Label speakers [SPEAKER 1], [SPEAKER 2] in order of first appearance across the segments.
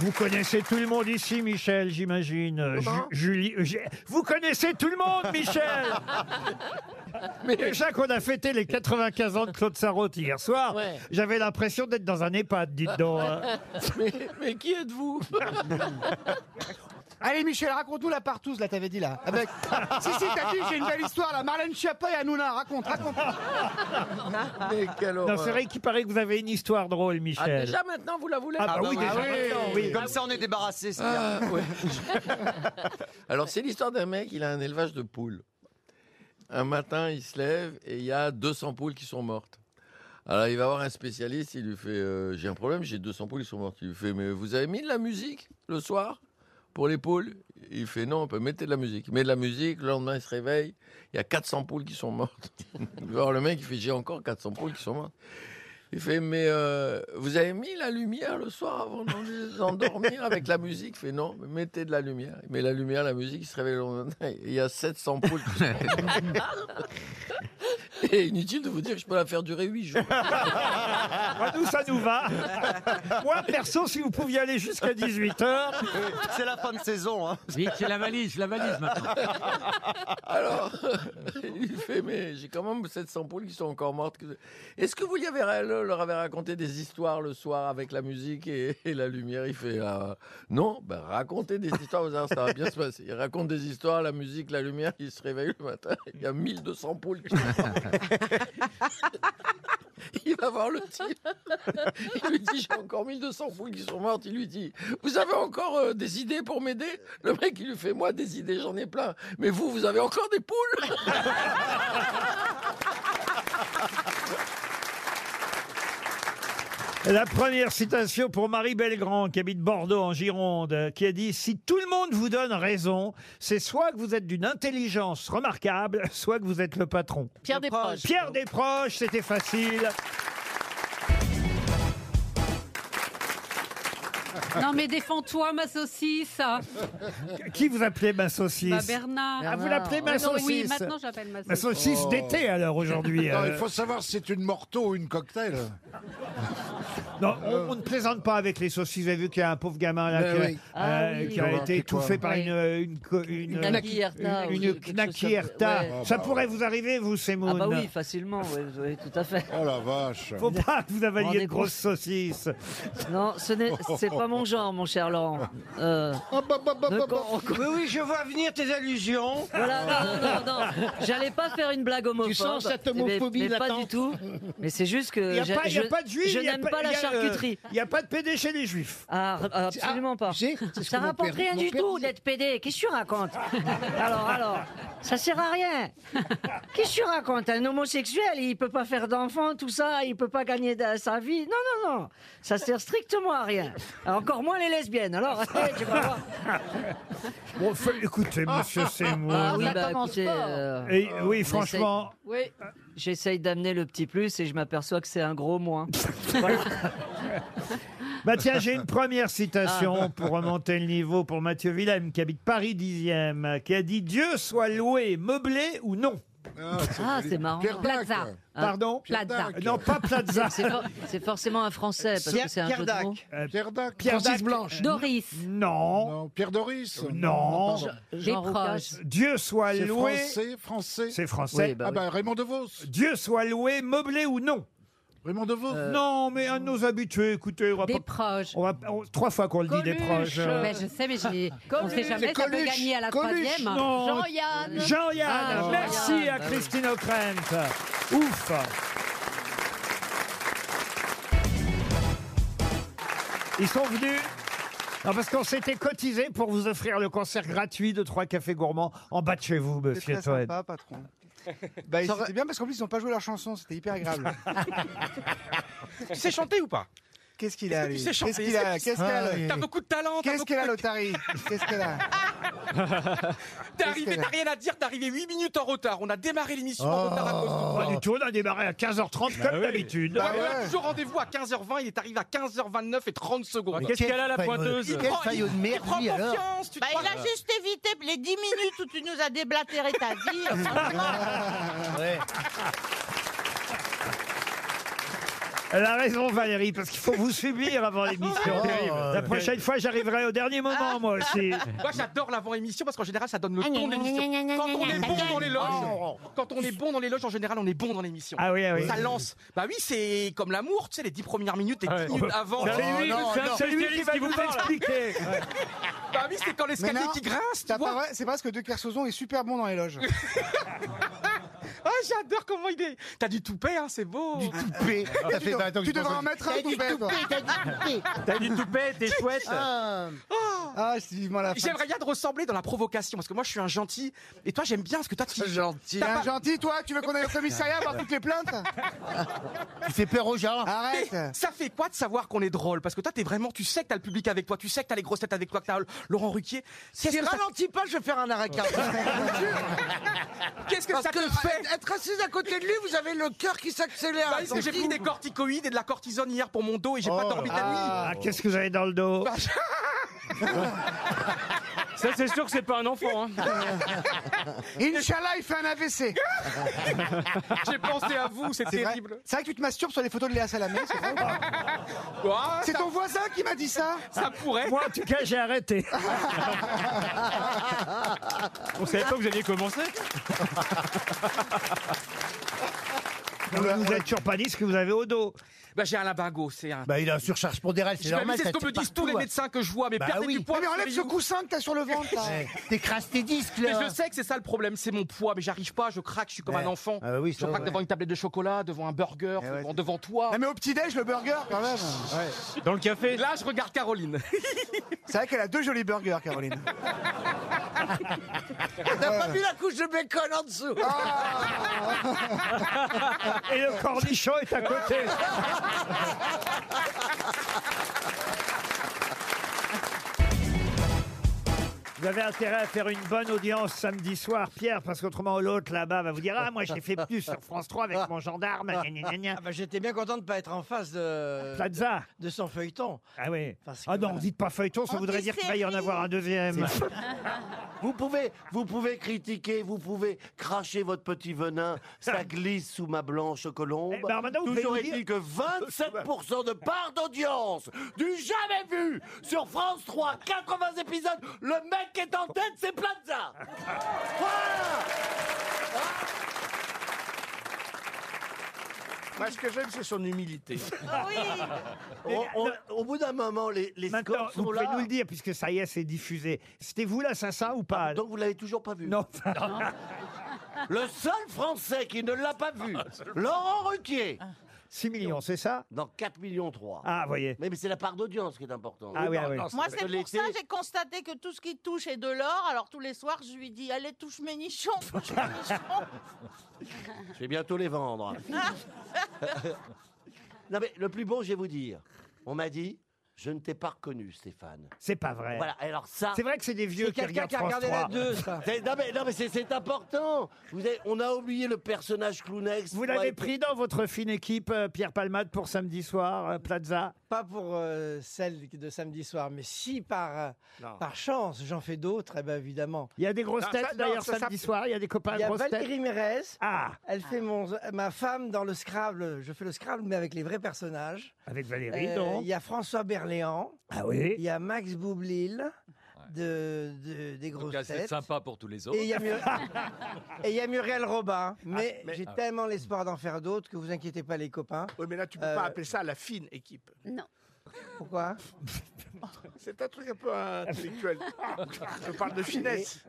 [SPEAKER 1] Vous connaissez tout le monde ici, Michel, j'imagine. Euh, Ju- Julie. euh, j'ai- Vous connaissez tout le monde, Michel Déjà qu'on a fêté les 95 ans de Claude Sarraute hier soir,
[SPEAKER 2] Ouais.
[SPEAKER 1] j'avais l'impression d'être dans un EHPAD, dites donc. hein.
[SPEAKER 2] mais, mais qui êtes-vous
[SPEAKER 3] Allez Michel, raconte-nous la partouze, là, t'avais dit là. Avec... si, si, t'as dit, j'ai une belle histoire là. Marlène Schiappa et Hanouna, raconte, raconte.
[SPEAKER 4] Ah.
[SPEAKER 2] Mais quelle
[SPEAKER 1] Non,
[SPEAKER 2] horreur.
[SPEAKER 1] c'est vrai qu'il paraît que vous avez une histoire drôle,
[SPEAKER 2] Ah,
[SPEAKER 1] Michel.
[SPEAKER 2] déjà maintenant, vous la voulez
[SPEAKER 1] Ah, bah
[SPEAKER 5] Ah bah
[SPEAKER 1] oui,
[SPEAKER 5] oui,
[SPEAKER 1] déjà.
[SPEAKER 5] ah oui.
[SPEAKER 1] maintenant, oui.
[SPEAKER 5] Comme ça, on est débarrassé. c'est bien.
[SPEAKER 2] Ah, ouais.
[SPEAKER 4] Alors, c'est l'histoire d'un mec, il a un élevage de poules. Un matin, il se lève et il y a 200 poules qui sont mortes. Alors, il va voir un spécialiste, il lui fait euh, J'ai un problème, j'ai 200 poules qui sont mortes. Il lui fait Mais vous avez mis de la musique le soir pour les poules Il fait Non, on peut mettre de la musique. Il met de la musique, le lendemain, il se réveille, il y a 400 poules qui sont mortes. Alors, le mec, il fait J'ai encore 400 poules qui sont mortes. Il fait, mais euh, vous avez mis la lumière le soir avant de vous endormir avec la musique Il fait, non, mais mettez de la lumière. Il met la lumière, la musique, il se réveille le lendemain. et Il y a 700 poules. qui sont- et inutile de vous dire que je peux la faire durer 8 jours.
[SPEAKER 1] Ah, nous, ça nous va. Moi, perso, si vous pouviez aller jusqu'à 18h,
[SPEAKER 5] C'est la fin de saison. hein.
[SPEAKER 6] Vite, c'est la valise, la valise maintenant.
[SPEAKER 4] Alors, il fait, mais j'ai quand même 700 poules qui sont encore mortes. Est-ce que vous y avez, leur avez raconté des histoires le soir avec la musique et, et la lumière Il fait, euh, non, ben, racontez des histoires, vous allez voir, ça va bien se passer. Il raconte des histoires, la musique, la lumière, il se réveille le matin, il y a 1200 poules qui sont mortes. Il va voir le type. Il lui dit J'ai encore 1200 poules qui sont mortes. Il lui dit Vous avez encore euh, des idées pour m'aider Le mec, il lui fait Moi, des idées, j'en ai plein. Mais vous, vous avez encore des poules
[SPEAKER 1] la première citation pour Marie Belgrand, qui habite Bordeaux, en Gironde, euh, qui a dit « Si tout le monde vous donne raison, c'est soit que vous êtes d'une intelligence remarquable, soit que vous êtes le patron.
[SPEAKER 7] Pierre Desproges. »
[SPEAKER 1] Pierre Desproges, c'était facile.
[SPEAKER 7] Non mais défends-toi ma saucisse.
[SPEAKER 1] Qui vous appelez ma
[SPEAKER 7] Bah,
[SPEAKER 1] saucisse
[SPEAKER 7] Bernard.
[SPEAKER 1] Ah, vous l'appelez ma
[SPEAKER 7] Non, oui,
[SPEAKER 1] saucisse
[SPEAKER 7] maintenant j'appelle ma
[SPEAKER 1] Ma
[SPEAKER 7] saucisse.
[SPEAKER 1] saucisse d'été, alors, aujourd'hui.
[SPEAKER 8] Oh. Non,
[SPEAKER 1] euh.
[SPEAKER 8] il faut savoir si c'est une morteau ou une cocktail. Euh.
[SPEAKER 1] Non, on, on ne plaisante pas avec les saucisses. Vous avez vu qu'il y a un pauvre gamin là,
[SPEAKER 8] Ben
[SPEAKER 1] qui, a-
[SPEAKER 8] oui.
[SPEAKER 7] Ah
[SPEAKER 1] euh,
[SPEAKER 7] oui.
[SPEAKER 1] qui
[SPEAKER 8] Qui
[SPEAKER 1] a
[SPEAKER 8] a
[SPEAKER 1] été
[SPEAKER 8] manqué quoi.
[SPEAKER 1] étouffé par
[SPEAKER 7] Oui.
[SPEAKER 1] une euh, une co- une
[SPEAKER 7] Une
[SPEAKER 1] euh,
[SPEAKER 2] Knackyerta
[SPEAKER 1] une-
[SPEAKER 2] ou
[SPEAKER 1] une
[SPEAKER 2] quelque chose comme-
[SPEAKER 1] knackyerta.
[SPEAKER 2] ouais.
[SPEAKER 1] Ça pourrait vous arriver, vous, ces
[SPEAKER 2] Ah bah oui, facilement, oui, oui, tout à fait.
[SPEAKER 8] Oh la vache.
[SPEAKER 1] Faut pas que vous
[SPEAKER 2] On
[SPEAKER 1] avaliez
[SPEAKER 2] est
[SPEAKER 1] de grosses
[SPEAKER 2] Euh,
[SPEAKER 1] saucisses.
[SPEAKER 2] Non, ce n'est c'est pas mon genre, mon cher Laurent. Euh,
[SPEAKER 8] Ah, bah, bah, bah,
[SPEAKER 2] ne
[SPEAKER 8] bah, bah.
[SPEAKER 2] con-
[SPEAKER 5] Oui, oui, je vois venir tes allusions.
[SPEAKER 2] Voilà, non, non, non. J'allais pas faire une blague homophobe.
[SPEAKER 9] Tu sens cette
[SPEAKER 2] Eh ben,
[SPEAKER 9] homophobie
[SPEAKER 2] mais Pas
[SPEAKER 9] latente.
[SPEAKER 2] du tout. Mais c'est juste
[SPEAKER 1] Il
[SPEAKER 2] que
[SPEAKER 1] n'y a,
[SPEAKER 2] j'a-
[SPEAKER 1] pas- il y a
[SPEAKER 2] je-
[SPEAKER 1] pas de juifs.
[SPEAKER 2] je
[SPEAKER 1] il y a
[SPEAKER 2] n'aime pas
[SPEAKER 1] il
[SPEAKER 2] la
[SPEAKER 1] y a, euh,
[SPEAKER 2] charcuterie.
[SPEAKER 1] Il n'y a pas de PD chez les juifs.
[SPEAKER 2] Ah, r- ah, absolument pas.
[SPEAKER 9] Ah, tu sais, c'est ce
[SPEAKER 2] ça
[SPEAKER 9] que mon
[SPEAKER 2] rapporte
[SPEAKER 9] père-
[SPEAKER 2] rien
[SPEAKER 9] mon
[SPEAKER 2] du
[SPEAKER 9] père
[SPEAKER 2] tout
[SPEAKER 9] disait.
[SPEAKER 2] d'être PD. Qu'est-ce que tu racontes Alors, alors, ça sert à rien. Qu'est-ce que tu racontes Un homosexuel, il peut pas faire d'enfant, tout ça, il peut pas gagner de- sa vie. Non, non, non, ça sert strictement à rien. Encore moins les lesbiennes. Alors, tu vas voir.
[SPEAKER 1] Bon, faut- écoutez, monsieur
[SPEAKER 2] Ah
[SPEAKER 1] Seymour.
[SPEAKER 2] oui,
[SPEAKER 7] ça
[SPEAKER 2] bah,
[SPEAKER 7] commence
[SPEAKER 2] écoutez,
[SPEAKER 7] fort.
[SPEAKER 2] euh,
[SPEAKER 1] Et, oui,
[SPEAKER 2] on
[SPEAKER 1] franchement,
[SPEAKER 7] Oui.
[SPEAKER 2] j'essaye d'amener le petit plus et je m'aperçois que c'est un gros moins.
[SPEAKER 1] bah tiens, j'ai une première citation pour remonter le niveau pour Mathieu Willem, qui habite Paris 10e, qui a dit Dieu soit loué, meublé ou non.
[SPEAKER 2] Ah, c'est marrant.
[SPEAKER 8] Pierre Dac.
[SPEAKER 7] Plaza.
[SPEAKER 1] Pardon
[SPEAKER 7] Plaza.
[SPEAKER 8] Dac.
[SPEAKER 1] Euh, Non, pas Plaza.
[SPEAKER 2] C'est for- c'est forcément un français parce que c'est un jeu de mots.
[SPEAKER 8] Pierre Dac.
[SPEAKER 1] Pierre Dac.
[SPEAKER 9] Blanche.
[SPEAKER 7] Doris.
[SPEAKER 1] Non.
[SPEAKER 8] Non, Pierre Doris.
[SPEAKER 1] Euh, Non.
[SPEAKER 8] pardon.
[SPEAKER 2] Jean
[SPEAKER 7] Des
[SPEAKER 2] Roucas.
[SPEAKER 7] proches.
[SPEAKER 1] Dieu soit
[SPEAKER 8] C'est
[SPEAKER 1] loué.
[SPEAKER 8] français, français.
[SPEAKER 1] C'est français.
[SPEAKER 2] Oui, bah
[SPEAKER 8] Ah
[SPEAKER 2] oui.
[SPEAKER 8] bah Raymond DeVos.
[SPEAKER 1] Dieu soit loué, meublé ou non.
[SPEAKER 8] Raymond DeVos.
[SPEAKER 1] Non, mais un de nos habitués, écoutez, on va
[SPEAKER 7] Des Bah,
[SPEAKER 1] pas-
[SPEAKER 7] proches.
[SPEAKER 1] on va- on- trois fois qu'on le dit des proches.
[SPEAKER 7] Mais je sais, mais j'ai- on ne sait jamais,
[SPEAKER 8] C'est
[SPEAKER 7] ça peut
[SPEAKER 8] Coluche.
[SPEAKER 7] gagner à la
[SPEAKER 8] Coluche.
[SPEAKER 7] troisième.
[SPEAKER 1] Non. Euh,
[SPEAKER 7] Jean-Yann.
[SPEAKER 1] Jean-Yann,
[SPEAKER 7] Ah,
[SPEAKER 1] merci
[SPEAKER 7] Jean-Yann.
[SPEAKER 1] à Christine O'Krent. Ouf. Ils sont venus. Non, parce qu'on s'était cotisé pour vous offrir le concert gratuit de trois cafés gourmands en bas de chez vous,
[SPEAKER 3] C'est
[SPEAKER 1] monsieur
[SPEAKER 3] très
[SPEAKER 1] Toen.
[SPEAKER 3] sympa, patron. Bah, ils- c'était bien parce qu'en plus ils n'ont pas joué leur chanson, c'était hyper agréable.
[SPEAKER 5] Tu sais chanter ou pas
[SPEAKER 3] Qu'est-ce qu'il a lui
[SPEAKER 5] sais chanter,
[SPEAKER 3] Qu'est-ce qu'il a là Qu'est-ce qu'elle a là
[SPEAKER 5] T'as beaucoup de talent. t'as
[SPEAKER 3] Qu'est-ce qu'elle a l'otarie Qu'est-ce qu'elle a
[SPEAKER 5] beaucoup- T'es arrivé,
[SPEAKER 3] qu'elle a
[SPEAKER 5] t'as rien à dire. T'es arrivé 8 minutes en retard. On a démarré l'émission en retard à cause de
[SPEAKER 1] Pas
[SPEAKER 5] toi.
[SPEAKER 1] du tout, on a démarré à 15h30 comme d'habitude.
[SPEAKER 3] Bah
[SPEAKER 5] Ouais, mais on a
[SPEAKER 3] Oh. ouais.
[SPEAKER 5] toujours rendez-vous à 15h20. Il est arrivé à 15h29 et 30 secondes.
[SPEAKER 1] Bah,
[SPEAKER 6] Qu'est-ce qu'elle a la pointeuse
[SPEAKER 5] Il prend, il- il prend confiance. Tu te
[SPEAKER 10] Bah,
[SPEAKER 5] crois-
[SPEAKER 10] il a juste évité les 10 minutes où tu nous as déblatéré ta vie. Franchement,
[SPEAKER 1] Elle a raison, Valérie, parce qu'il faut vous subir avant l'émission.
[SPEAKER 6] Oh, euh,
[SPEAKER 1] La prochaine fois, j'arriverai au dernier moment, moi aussi.
[SPEAKER 5] Moi, j'adore l'avant-émission parce qu'en général, ça donne le ton de l'émission. Quand on est bon dans les loges, quand on est bon dans les loges, en général, on est bon dans l'émission.
[SPEAKER 1] Ah oui, ah oui.
[SPEAKER 5] Ça lance. Bah oui, c'est comme l'amour, tu sais, les dix premières minutes, les dix minutes avant.
[SPEAKER 1] Ah C'est lui,
[SPEAKER 8] non,
[SPEAKER 1] c'est-
[SPEAKER 8] non.
[SPEAKER 1] c'est lui qui va vous expliquer.
[SPEAKER 5] Bah oui, c'est quand l'escalier
[SPEAKER 3] Mais non,
[SPEAKER 5] qui grince, tu
[SPEAKER 3] C'est pas
[SPEAKER 5] vois.
[SPEAKER 3] vrai, c'est parce que De Kersozon est super bon dans les loges.
[SPEAKER 5] Ah, j'adore comment il est. T'as du toupet, hein, c'est beau.
[SPEAKER 3] Toupé.
[SPEAKER 8] Ça fait 20 ans que
[SPEAKER 3] Tu
[SPEAKER 8] je pense
[SPEAKER 3] devrais
[SPEAKER 8] à-
[SPEAKER 3] en mettre un,
[SPEAKER 10] T'as dit
[SPEAKER 3] Toupé. toi.
[SPEAKER 10] toupé, t'as dit toupé.
[SPEAKER 6] T'as du toupet, t'es chouette.
[SPEAKER 3] Ah, ah c'est vivement la fin.
[SPEAKER 5] J'aimerais bien te ressembler dans la provocation parce que moi, je suis un gentil et toi, j'aime bien ce que toi, tu.
[SPEAKER 3] Gentil. T'es un gentil, toi Tu veux qu'on aille au commissariat voir toutes les plaintes
[SPEAKER 8] Il fait peur aux gens.
[SPEAKER 3] Arrête
[SPEAKER 5] Mais ça fait quoi de savoir qu'on est drôle Parce que toi, t'es vraiment, tu sais que t'as le public avec toi, tu sais que t'as les grosses têtes avec toi, que t'as Laurent Ruquier. Qu'est-ce que, ça,
[SPEAKER 9] ralentis pas, je vais faire un arrêt
[SPEAKER 5] qu'est-ce que ça te fait Bah
[SPEAKER 9] Être assise à côté de lui, vous avez le cœur qui s'accélère.
[SPEAKER 5] Parce que j'ai pris des corticoïdes et de la cortisone hier pour mon dos et j'ai
[SPEAKER 9] Oh
[SPEAKER 5] pas dormi de la nuit.
[SPEAKER 1] Ah, qu'est-ce que vous avez dans le dos
[SPEAKER 9] Ça, c'est sûr que c'est pas un enfant.
[SPEAKER 3] Inch'Allah, il fait un AVC.
[SPEAKER 5] J'ai pensé à vous, c'est
[SPEAKER 3] C'est vrai.
[SPEAKER 5] terrible.
[SPEAKER 3] C'est vrai que tu te masturbes sur les photos de Léa Salamé, c'est vrai ou pas
[SPEAKER 5] Ah,
[SPEAKER 3] C'est ton voisin qui m'a dit ça
[SPEAKER 5] ça pourrait.
[SPEAKER 1] Moi, en tout cas, j'ai arrêté.
[SPEAKER 9] On savait pas que vous aviez commencé.
[SPEAKER 1] Vous ne vous êtes toujours pas dit ce que vous avez au dos.
[SPEAKER 5] Bah, j'ai un limbago, c'est un.
[SPEAKER 6] Bah, il a un surcharge pondérale,
[SPEAKER 5] Je m'amuse, c'est ce que me disent tous les médecins que je vois, mais
[SPEAKER 6] Bah
[SPEAKER 5] perdez
[SPEAKER 6] oui.
[SPEAKER 5] du poids.
[SPEAKER 3] hein. Mais enlève ce
[SPEAKER 5] surveillez-vous.
[SPEAKER 3] coussin que t'as sur le ventre, là.
[SPEAKER 6] T'écrases tes disques,
[SPEAKER 5] Mais je sais que c'est ça le problème, c'est mon poids, mais j'arrive pas, je craque, je suis comme un enfant.
[SPEAKER 6] Ah bah oui,
[SPEAKER 5] je craque devant une tablette de chocolat, devant un burger,
[SPEAKER 3] Eh ouais,
[SPEAKER 5] devant,
[SPEAKER 3] c'est-
[SPEAKER 5] devant toi.
[SPEAKER 3] Non, mais au petit-déj, le burger, quand même.
[SPEAKER 9] Dans le café.
[SPEAKER 5] Là, je regarde Caroline.
[SPEAKER 3] C'est vrai qu'elle a deux jolis burgers, Caroline.
[SPEAKER 9] T'as pas vu la couche de bacon en dessous
[SPEAKER 11] Ah,
[SPEAKER 1] Et le cornichon est à côté. Vous avez intérêt à faire une bonne audience samedi soir, Pierre, parce qu'autrement l'autre là-bas va vous dire Ah, moi j'ai fait plus sur France 3 avec mon gendarme. gna, gna, gna, gna.
[SPEAKER 9] bah, J'étais bien content de pas être en face de,
[SPEAKER 1] Plaza.
[SPEAKER 9] de son feuilleton.
[SPEAKER 1] Ah oui.
[SPEAKER 9] Parce que
[SPEAKER 1] Ah non,
[SPEAKER 9] voilà.
[SPEAKER 1] dites pas feuilleton, ça voudrait dire qu'il va y en avoir un deuxième.
[SPEAKER 11] Vous pouvez, vous pouvez critiquer, vous pouvez cracher votre petit venin, ça glisse sous ma blanche colombe.
[SPEAKER 1] Eh ben, maintenant, vous
[SPEAKER 11] Toujours
[SPEAKER 1] pouvez nous
[SPEAKER 11] est-il que 27% de part d'audience, du jamais vu, sur France 3, 80 épisodes, le mec qui est en tête, c'est Plaza Voilà
[SPEAKER 9] Moi, ce que j'aime, c'est son humilité.
[SPEAKER 11] On- on- Au bout d'un moment, les, les
[SPEAKER 1] Maintenant,
[SPEAKER 11] scores
[SPEAKER 1] vous
[SPEAKER 11] sont
[SPEAKER 1] pouvez
[SPEAKER 11] là.
[SPEAKER 1] nous le dire, puisque ça y est, c'est diffusé. C'était vous l'assassin ou pas
[SPEAKER 11] Donc vous l'avez toujours pas vu
[SPEAKER 1] Non.
[SPEAKER 11] Le seul Français qui ne l'a pas vu, Laurent Ruquier,
[SPEAKER 1] 6 millions, c'est ça
[SPEAKER 11] dans 4 millions 3.
[SPEAKER 1] Ah, voyez.
[SPEAKER 11] Mais, mais c'est la part d'audience qui est importante.
[SPEAKER 1] Ah oui, ah oui.
[SPEAKER 10] Moi,
[SPEAKER 11] Parce
[SPEAKER 10] c'est
[SPEAKER 11] que les
[SPEAKER 10] pour ça
[SPEAKER 11] télé-
[SPEAKER 10] j'ai constaté que tout ce qui touche est de l'or. Alors, tous les soirs, je lui dis Allez, touche mes nichons, touche mes nichons.
[SPEAKER 11] Je vais bientôt les vendre. non, mais le plus bon, je vais vous dire. On m'a dit, je ne t'ai pas reconnu, Stéphane.
[SPEAKER 1] C'est pas vrai.
[SPEAKER 11] Voilà, alors ça.
[SPEAKER 1] C'est vrai que c'est des vieux qui
[SPEAKER 9] Quelqu'un
[SPEAKER 1] regardent
[SPEAKER 9] qui a
[SPEAKER 1] France
[SPEAKER 9] regardé la
[SPEAKER 1] 3.
[SPEAKER 9] 2, ça.
[SPEAKER 11] c'est- Non, mais, non, mais c'est- c'est important. Vous avez- on a oublié le personnage clownesque.
[SPEAKER 1] Vous l'avez pris dans votre fine équipe, euh, Pierre Palmade, pour samedi soir, euh, Plaza.
[SPEAKER 9] Pas pour euh, celle de samedi soir, mais si par, euh, par chance j'en fais d'autres, eh ben évidemment.
[SPEAKER 1] Il y a des grosses
[SPEAKER 3] Non, ça,
[SPEAKER 1] têtes
[SPEAKER 3] non,
[SPEAKER 1] d'ailleurs
[SPEAKER 3] ça, ça-
[SPEAKER 1] samedi soir. Il y a des copains
[SPEAKER 9] Il y a
[SPEAKER 1] grosses têtes.
[SPEAKER 9] Valérie Mérez,
[SPEAKER 1] Ah,
[SPEAKER 9] elle fait mon, ma femme dans le Scrabble. Je fais le Scrabble, mais avec les vrais personnages.
[SPEAKER 1] avec Valérie,
[SPEAKER 9] Euh,
[SPEAKER 1] non
[SPEAKER 9] il y a François Berléand,
[SPEAKER 1] Ah
[SPEAKER 9] il
[SPEAKER 1] oui.
[SPEAKER 9] y a Max Boublil de, de- des grosses têtes.
[SPEAKER 6] sympa pour tous les
[SPEAKER 9] Et il y a Mur- et il y a Muriel
[SPEAKER 12] Ah,
[SPEAKER 9] Robin. Mais
[SPEAKER 6] mais-
[SPEAKER 9] j'ai tellement l'espoir d'en faire d'autres que vous inquiétez pas, les copains. Euh,
[SPEAKER 3] Oui, mais là, tu
[SPEAKER 9] peux pas appeler
[SPEAKER 3] ça la fine équipe.
[SPEAKER 7] Non.
[SPEAKER 9] Pourquoi
[SPEAKER 3] C'est un truc un peu intellectuel. Je parle de finesse.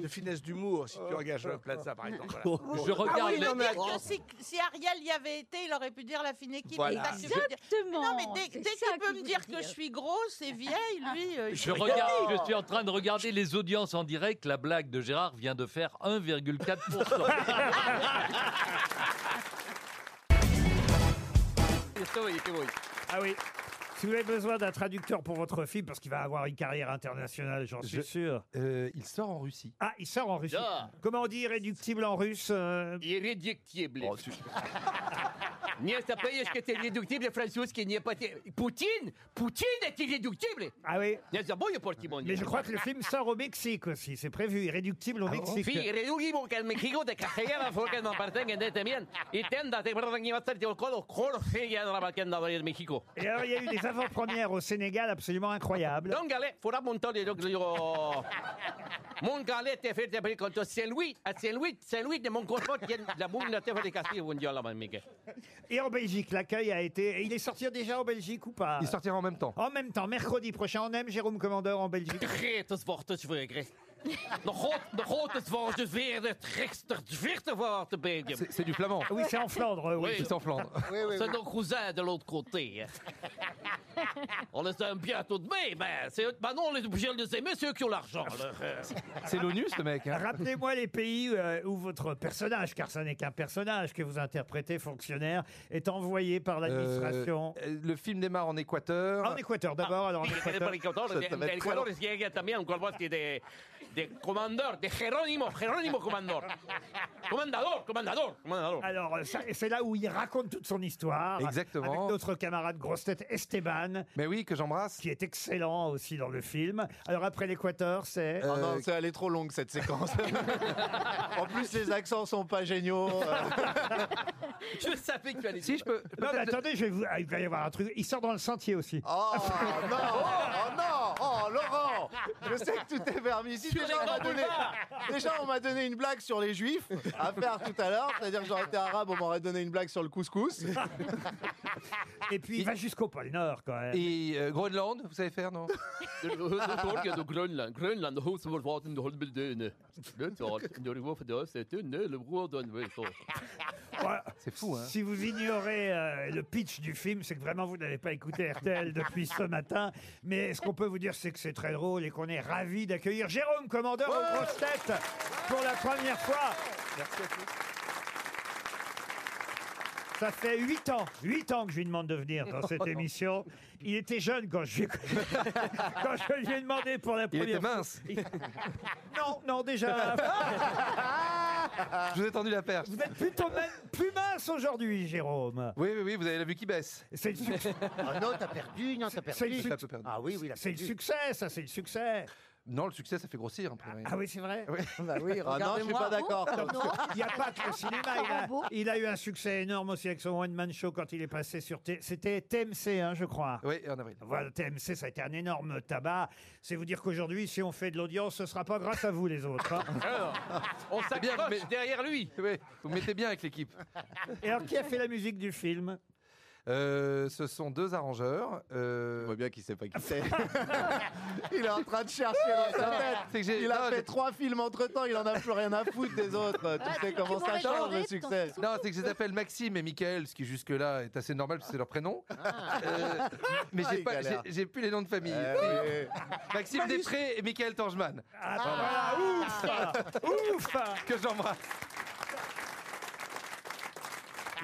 [SPEAKER 3] De finesse d'humour, si tu engages Plaza, par exemple.
[SPEAKER 6] Je
[SPEAKER 10] Ah oui,
[SPEAKER 6] regarde.
[SPEAKER 10] je veux dire que si, si Ariel y avait été, il aurait pu dire la fine équipe.
[SPEAKER 5] Voilà.
[SPEAKER 10] Mais t'as su-
[SPEAKER 7] Exactement.
[SPEAKER 10] Non, mais dès, dès
[SPEAKER 7] ça
[SPEAKER 10] qu'il peut
[SPEAKER 7] qu'il
[SPEAKER 10] me
[SPEAKER 7] faut
[SPEAKER 10] dire que je suis grosse et vieille, lui. euh, il
[SPEAKER 6] Je
[SPEAKER 10] dit,
[SPEAKER 6] regarde,
[SPEAKER 10] non.
[SPEAKER 6] je suis en train de regarder les audiences en direct. La blague de Gérard vient de faire 1,4%.
[SPEAKER 1] Ah oui. Si vous avez besoin d'un traducteur pour votre film, parce qu'il va avoir une carrière internationale, j'en suis sûr.
[SPEAKER 5] euh, il sort en Russie.
[SPEAKER 1] Ah, il sort en Russie.
[SPEAKER 6] Ah.
[SPEAKER 1] Comment on dit irréductible en russe euh,
[SPEAKER 6] Irréductible.
[SPEAKER 12] Место поездки это редуктивный французский не поте... Путин? Путин это редуктивный?
[SPEAKER 1] Ah oui.
[SPEAKER 12] Я забыл портимон.
[SPEAKER 1] Mais je crois que le film sort au Mexique aussi, c'est prévu, irréductible
[SPEAKER 5] Ah
[SPEAKER 1] au Mexique.
[SPEAKER 12] Fi, редуктивный que el México de castellano fue que nos pertenecen de también. Y tenda te perdonen y va a estar el codo, coro, sí, ya no la va a abrir México.
[SPEAKER 1] Et alors, il y a eu des avant-premières au Sénégal absolument incroyables.
[SPEAKER 12] Don Galé, fuera montón de yo digo. Mon Galé te fait te abrir contre Saint-Louis, à Saint-Louis, Saint-Louis de mon corps, la mouille te fait de Castille, un dieu la mamique.
[SPEAKER 1] Et en Belgique, l'accueil a été. et Il est sorti déjà en Belgique ou pas Il sortira en même temps. En même temps, mercredi prochain, on aime Jérôme Commandeur en Belgique.
[SPEAKER 12] Gretes wordt het weer. De groot- de grootste wordt het weer, het gekste vierde wordt het Belgium.
[SPEAKER 5] C'est- c'est du flamand.
[SPEAKER 1] Oui, c'est en Flandre, oui. C'est en Flandre. Oui, oui,
[SPEAKER 12] C'est
[SPEAKER 1] oui.
[SPEAKER 12] nos cousins de l'autre côté. hein. On les aime bien tout de même, hein. C'est eux- maintenant on est obligé de les aimer, c'est eux qui ont l'argent. alors, euh.
[SPEAKER 5] C'est l'ONU, ce mec. hein.
[SPEAKER 1] Rappelez-moi les pays euh, où votre personnage, car ça n'est qu'un personnage que vous interprétez, fonctionnaire, est envoyé par l'administration.
[SPEAKER 5] Euh, ah. euh, le film démarre en Équateur.
[SPEAKER 1] En Équateur d'abord, alors en
[SPEAKER 12] Il y a des
[SPEAKER 1] Équateur.
[SPEAKER 12] bricolateurs,
[SPEAKER 1] Ça, ça
[SPEAKER 12] des-
[SPEAKER 1] va
[SPEAKER 12] des
[SPEAKER 1] être très long.
[SPEAKER 12] bricolateurs, il y a también un colbot qui est des- des commandeurs, des Jerónimo, Jerónimo commandeur. Commandador, commandador, commandador.
[SPEAKER 1] Alors, euh, ça- c'est là où il raconte toute son histoire.
[SPEAKER 5] Exactement.
[SPEAKER 1] Avec notre camarade grosse tête Esteban.
[SPEAKER 5] Mais oui, que j'embrasse.
[SPEAKER 1] Qui est excellent aussi dans le film. Alors, après l'Équateur, c'est.
[SPEAKER 13] Ah non, c'est elle est trop longue cette séquence. en plus, les accents sont pas géniaux.
[SPEAKER 12] Je savais que tu allais
[SPEAKER 5] Si je peux.
[SPEAKER 1] Non, mais attendez, je vais vous- ah, il va y avoir un truc. Il sort dans le sentier aussi.
[SPEAKER 5] Ah,
[SPEAKER 13] Oh non, oh non, oh Laurent Je sais que tout est permis ici.
[SPEAKER 1] Sur
[SPEAKER 13] Déjà
[SPEAKER 1] les
[SPEAKER 13] on, m'a
[SPEAKER 1] grands
[SPEAKER 13] donné,
[SPEAKER 1] boulevards.
[SPEAKER 13] déjà, on m'a donné une blague sur les juifs à faire tout à l'heure. C'est-à-dire que j'aurais été arabe, on m'aurait donné une blague sur le couscous.
[SPEAKER 1] Et puis il va jusqu'au pôle Nord quand même.
[SPEAKER 5] Et euh, Groenland, vous savez faire, non
[SPEAKER 12] Norge og Grønland. Grønland og hos vår vaten holder døende. Lønnsalt, når det går for død, så er det nøle broderen ved så.
[SPEAKER 5] C'est fou, hein
[SPEAKER 1] Si vous ignorez euh, le pitch du film, c'est que vraiment vous n'avez pas écouté RTL depuis ce matin. Mais ce qu'on peut vous dire, c'est que c'est très drôle et qu'on est ravis d'accueillir Jérôme Commandeur aux grosses têtes pour la première fois.
[SPEAKER 13] Merci à tous.
[SPEAKER 1] Ça fait huit ans, huit ans que je lui demande de venir dans cette émission. Il était jeune quand je, quand je lui ai demandé pour la
[SPEAKER 5] Il
[SPEAKER 1] première
[SPEAKER 5] était mince.
[SPEAKER 1] fois. Non, non, déjà.
[SPEAKER 5] Je vous ai tendu la perche.
[SPEAKER 1] Vous êtes plutôt min- plus mince aujourd'hui, Jérôme.
[SPEAKER 5] Oui, oui, oui, vous avez la vue qui baisse.
[SPEAKER 1] C'est le succès.
[SPEAKER 5] Ah
[SPEAKER 11] non, t'as perdu, non, t'as
[SPEAKER 1] C'est le
[SPEAKER 11] perdu.
[SPEAKER 1] suc-
[SPEAKER 11] Ah oui, oui, il a
[SPEAKER 1] C'est le
[SPEAKER 11] perdu.
[SPEAKER 1] succès, ça, c'est le succès.
[SPEAKER 5] Non, le succès, ça fait grossir. hein, un peu,
[SPEAKER 1] Ah oui, c'est vrai
[SPEAKER 9] bah
[SPEAKER 11] oui,
[SPEAKER 13] Ah non, je suis pas d'accord.
[SPEAKER 1] Il n'y a pas que le cinéma. Il a, il a eu un succès énorme aussi avec son one-man show quand il est passé sur... T- C'était TMC, hein, je crois.
[SPEAKER 5] Oui, en avril.
[SPEAKER 1] Voilà, TMC, ça a été un énorme tabac. C'est vous dire qu'aujourd'hui, si on fait de l'audience, ce sera pas grâce à vous, les autres. hein.
[SPEAKER 5] Ah.
[SPEAKER 12] Alors, on s'accroche derrière lui.
[SPEAKER 5] Eh Oui, vous me mettez bien avec l'équipe.
[SPEAKER 1] Et alors, qui a fait la musique du film
[SPEAKER 5] Euh, ce sont deux arrangeurs. euh, On
[SPEAKER 13] voit bien qu'il sait pas qui c'est. Il est en train de chercher dans sa
[SPEAKER 5] C'est que
[SPEAKER 13] tête.
[SPEAKER 5] j'ai-
[SPEAKER 13] Il a
[SPEAKER 5] non,
[SPEAKER 13] fait
[SPEAKER 5] j'ai-
[SPEAKER 13] trois films entre temps, il en a plus rien à foutre des autres. Tu sais comment ça change le succès.
[SPEAKER 5] Non, c'est que je les appelle Maxime et Michael, ce qui jusque-là est assez normal parce que c'est leur prénom. Euh, mais
[SPEAKER 13] Ah,
[SPEAKER 5] j'ai
[SPEAKER 13] il
[SPEAKER 5] pas- j'ai
[SPEAKER 13] galère.
[SPEAKER 5] j'ai plus les noms de famille.
[SPEAKER 13] Eh
[SPEAKER 5] Maxime Després et Michael Tangeman.
[SPEAKER 1] Ouf
[SPEAKER 5] Que j'embrasse.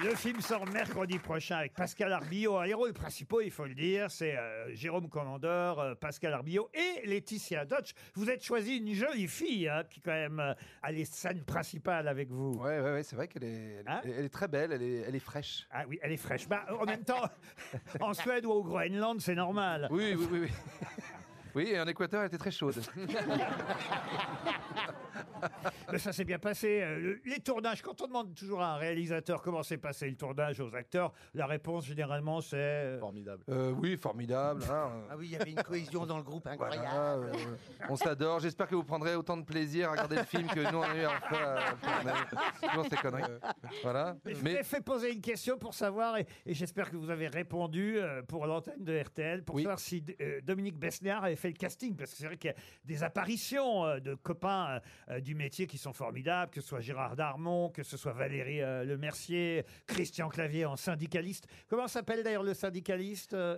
[SPEAKER 1] Le film sort mercredi prochain avec Pascal Arbillot. Un héros principaux, il faut le dire, c'est euh, Jérôme Commandeur, euh, Pascal Arbillot et Laetitia Dodge. Vous êtes choisi une jolie fille hein, qui, quand même, euh, a les scènes principales avec vous.
[SPEAKER 5] Ouais, ouais, ouais, c'est vrai qu'elle est, elle, est- elle est très belle, elle est, elle est fraîche.
[SPEAKER 1] Ah oui, elle est fraîche. Bah, en même temps, en Suède ou au Groenland, c'est normal.
[SPEAKER 5] Oui, oui, oui. Oui, oui et en Équateur, elle était très chaude.
[SPEAKER 1] Mais ça s'est bien passé. Euh, le- Les tournages, quand on demande toujours à un réalisateur comment s'est passé le tournage aux acteurs, la réponse généralement c'est.
[SPEAKER 13] Formidable.
[SPEAKER 5] Euh, oui, formidable. hein.
[SPEAKER 11] Ah oui, il y avait une cohésion dans le groupe incroyable.
[SPEAKER 5] Voilà, euh, on s'adore. J'espère que vous prendrez autant de plaisir à regarder le film que nous on a eu à faire. à- à- Toujours ces conneries. Voilà.
[SPEAKER 1] Je vous
[SPEAKER 5] Euh, Mais
[SPEAKER 1] ai fait poser une question pour savoir, et, et j'espère que vous avez répondu euh, pour l'antenne de RTL, pour savoir si euh, Dominique Besnard avait fait le casting, parce que c'est vrai qu'il y a des apparitions euh, de copains euh, euh, du métier qui sont formidables, que ce soit Gérard Darmon, que ce soit Valérie euh, Lemercier, Christian Clavier en syndicaliste. Comment s'appelle d'ailleurs le syndicaliste euh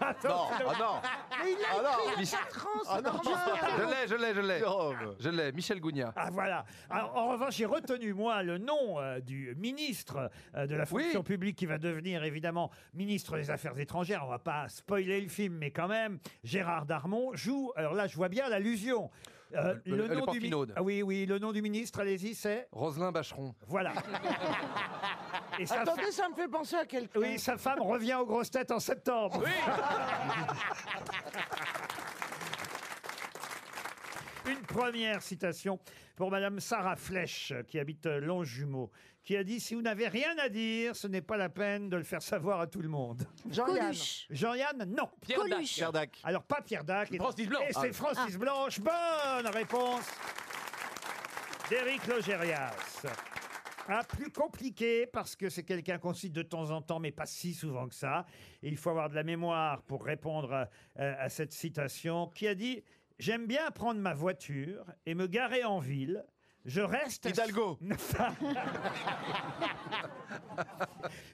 [SPEAKER 1] Attends,
[SPEAKER 13] Non, ah non.
[SPEAKER 11] Mais il l'a
[SPEAKER 13] Ah non.
[SPEAKER 11] écrit il y a
[SPEAKER 13] Michel-
[SPEAKER 11] quatre ans, c'est
[SPEAKER 13] Ah non.
[SPEAKER 11] normal.
[SPEAKER 5] je l'ai, je l'ai, je l'ai. Je l'ai, Michel Gougnat.
[SPEAKER 1] Ah voilà. Alors, en revanche, j'ai retenu moi le nom euh, du ministre euh, de la fonction publique qui va devenir évidemment ministre des Affaires étrangères. On va pas spoiler le film, mais quand même, Gérard Darmon joue. Alors là, je vois bien l'allusion. Euh,
[SPEAKER 5] Le- le
[SPEAKER 1] nom du mi-
[SPEAKER 5] Portinode.
[SPEAKER 1] ah oui, oui, le nom du ministre, allez-y, c'est
[SPEAKER 5] Roselyne Bacheron.
[SPEAKER 1] voilà. Et sa
[SPEAKER 14] Attendez,
[SPEAKER 1] fa-
[SPEAKER 14] ça me fait penser à quelqu'un.
[SPEAKER 1] Oui, sa femme revient aux grosses têtes en septembre. Une première citation pour Madame Sarah Flèche, qui habite euh, Longjumeau, qui a dit Si vous n'avez rien à dire, ce n'est pas la peine de le faire savoir à tout le monde.
[SPEAKER 14] Jean-Yann. Coluche.
[SPEAKER 1] Jean-Yann, non.
[SPEAKER 14] Pierre Dac. Coluche. Pierre Dac.
[SPEAKER 1] Alors, pas Pierre Dac. Et-
[SPEAKER 14] Francis Blanche.
[SPEAKER 1] Et c'est
[SPEAKER 14] Ah.
[SPEAKER 1] Francis
[SPEAKER 14] Ah.
[SPEAKER 1] Blanche. Bonne réponse d'Éric Logérias. Un plus compliqué parce que c'est quelqu'un qu'on cite de temps en temps, mais pas si souvent que ça. Et il faut avoir de la mémoire pour répondre à, à- à cette citation qui a dit J'aime bien prendre ma voiture et me garer en ville. Je reste. Hidalgo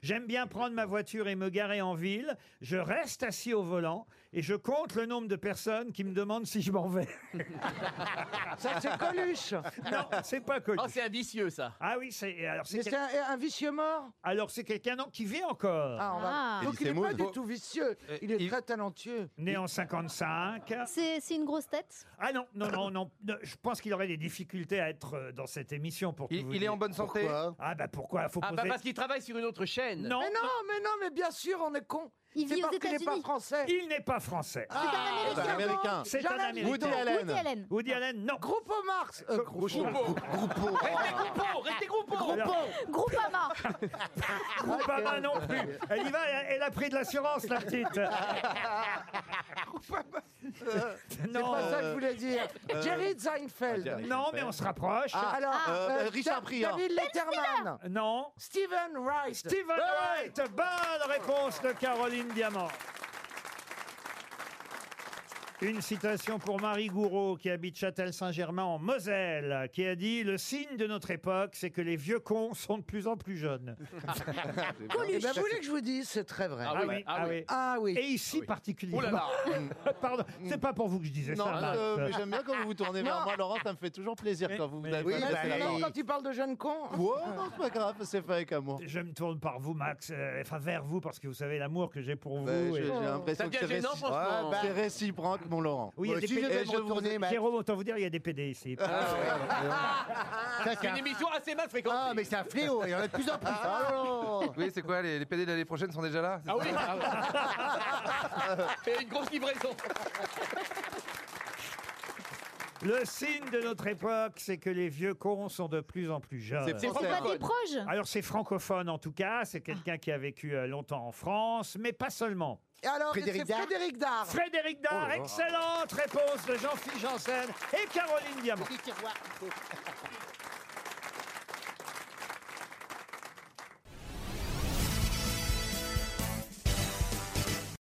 [SPEAKER 1] J'aime bien prendre ma voiture et me garer en ville. Je reste assis au volant et je compte le nombre de personnes qui me demandent si je m'en vais.
[SPEAKER 14] Ça, c'est Coluche.
[SPEAKER 1] Non, c'est pas Coluche.
[SPEAKER 12] Oh, c'est indicieux, ça.
[SPEAKER 1] Ah oui, c'est alors
[SPEAKER 14] Mais
[SPEAKER 1] c'est
[SPEAKER 14] c'est un, un vicieux mort
[SPEAKER 1] alors c'est quelqu'un non, qui vit encore.
[SPEAKER 14] Ah, on va- Ah. Donc, il est pas du tout
[SPEAKER 1] vicieux,
[SPEAKER 5] Euh,
[SPEAKER 1] il est très talentueux. Né en 55.
[SPEAKER 15] C'est c'est une grosse tête
[SPEAKER 1] Ah non, non, non, non. non, Je pense qu'il aurait des difficultés à être euh, dans cette émission pour. tout
[SPEAKER 5] Il-
[SPEAKER 1] vous
[SPEAKER 5] il est
[SPEAKER 1] dire.
[SPEAKER 5] en bonne santé Pourquoi
[SPEAKER 1] Ah bah pourquoi Faut
[SPEAKER 12] Ah, bah,
[SPEAKER 1] poser-
[SPEAKER 12] parce qu'il travaille sur une autre chaîne.
[SPEAKER 1] Non.
[SPEAKER 14] Mais non, mais non, mais bien sûr, on est con.
[SPEAKER 15] Il
[SPEAKER 14] C'est
[SPEAKER 15] vit aux
[SPEAKER 14] parce qu'il n'est pas
[SPEAKER 15] États-Unis.
[SPEAKER 14] français.
[SPEAKER 1] Il n'est pas français.
[SPEAKER 14] C'est un
[SPEAKER 13] Ah,
[SPEAKER 1] C'est un Américain. C'est un Américain. Woody Allen. Woody Allen. Woody Allen, non.
[SPEAKER 14] Groupe Marx. Euh, Groucho.
[SPEAKER 12] Restez groupo, restez groupo.
[SPEAKER 15] Groupama
[SPEAKER 1] Groupama non plus. Elle y va, elle, elle a pris de l'assurance, la petite.
[SPEAKER 14] C'est
[SPEAKER 1] Non.
[SPEAKER 14] pas ça que je voulais dire.
[SPEAKER 1] Euh,
[SPEAKER 14] Jerry Seinfeld.
[SPEAKER 1] Non, mais on se rapproche.
[SPEAKER 5] Ah.
[SPEAKER 14] Alors, euh, Da- David Letterman.
[SPEAKER 1] Non.
[SPEAKER 14] Steven Wright.
[SPEAKER 1] Steven Wright, bonne réponse de Caroline Diamant. Une citation pour Marie Gouraud, qui habite Châtel-Saint-Germain en Moselle, qui a dit Le signe de notre époque, c'est que les vieux cons sont de plus en plus jeunes.
[SPEAKER 14] Eh ben, vous voulez que je vous dise, c'est très vrai.
[SPEAKER 1] Ah oui, ah oui.
[SPEAKER 14] Ah oui.
[SPEAKER 1] Et ici particulièrement.
[SPEAKER 14] Oh là
[SPEAKER 1] Pardon, c'est pas pour vous que je disais
[SPEAKER 13] Non,
[SPEAKER 1] ça. Max.
[SPEAKER 13] euh, mais j'aime bien quand vous vous tournez vers
[SPEAKER 14] Non.
[SPEAKER 13] moi, Laurent, ça me fait toujours plaisir quand vous vous avez
[SPEAKER 14] Oui,
[SPEAKER 4] Ah,
[SPEAKER 13] pas
[SPEAKER 14] bah,
[SPEAKER 13] passé la
[SPEAKER 14] alors,
[SPEAKER 13] parole.
[SPEAKER 14] quand tu parles de jeunes cons.
[SPEAKER 13] Wow, non, c'est pas grave, c'est fait avec amour.
[SPEAKER 1] Je me tourne par vous, Max, euh, enfin vers vous, parce que vous savez l'amour que j'ai pour vous.
[SPEAKER 4] Ben,
[SPEAKER 13] Ouais,
[SPEAKER 1] et-
[SPEAKER 13] Bah, j'ai j'ai l'impression que c'est réci- Ouais, bah, c'est réciproque, mon Laurent.
[SPEAKER 1] Oui, il y a des
[SPEAKER 4] euh,
[SPEAKER 1] PD.
[SPEAKER 13] Et je vous-
[SPEAKER 1] Jérôme, autant vous dire, il y a des PD ici.
[SPEAKER 12] C'est une émission assez mal fréquentée.
[SPEAKER 14] Ah, mais c'est un fléau, il y en a de plus hein. en plus.
[SPEAKER 4] Ah.
[SPEAKER 13] Ah,
[SPEAKER 5] Oui, c'est quoi les, les PD de l'année prochaine sont déjà là c'est
[SPEAKER 12] Ah oui,
[SPEAKER 5] ça
[SPEAKER 12] Et une grosse livraison.
[SPEAKER 1] Le signe de notre époque, c'est que les vieux cons sont de plus en plus jeunes.
[SPEAKER 13] C'est C'est français. pas des
[SPEAKER 15] proches
[SPEAKER 1] Alors c'est francophone en tout cas, c'est quelqu'un qui a vécu euh, longtemps en France, mais pas seulement.
[SPEAKER 14] Et alors,
[SPEAKER 1] Frédéric
[SPEAKER 14] c'est
[SPEAKER 1] Dard.
[SPEAKER 14] Frédéric Dard.
[SPEAKER 1] Frédéric Dard,
[SPEAKER 14] Oh là là.
[SPEAKER 1] excellente réponse de Jean-Philippe Janssen et Caroline Diamant.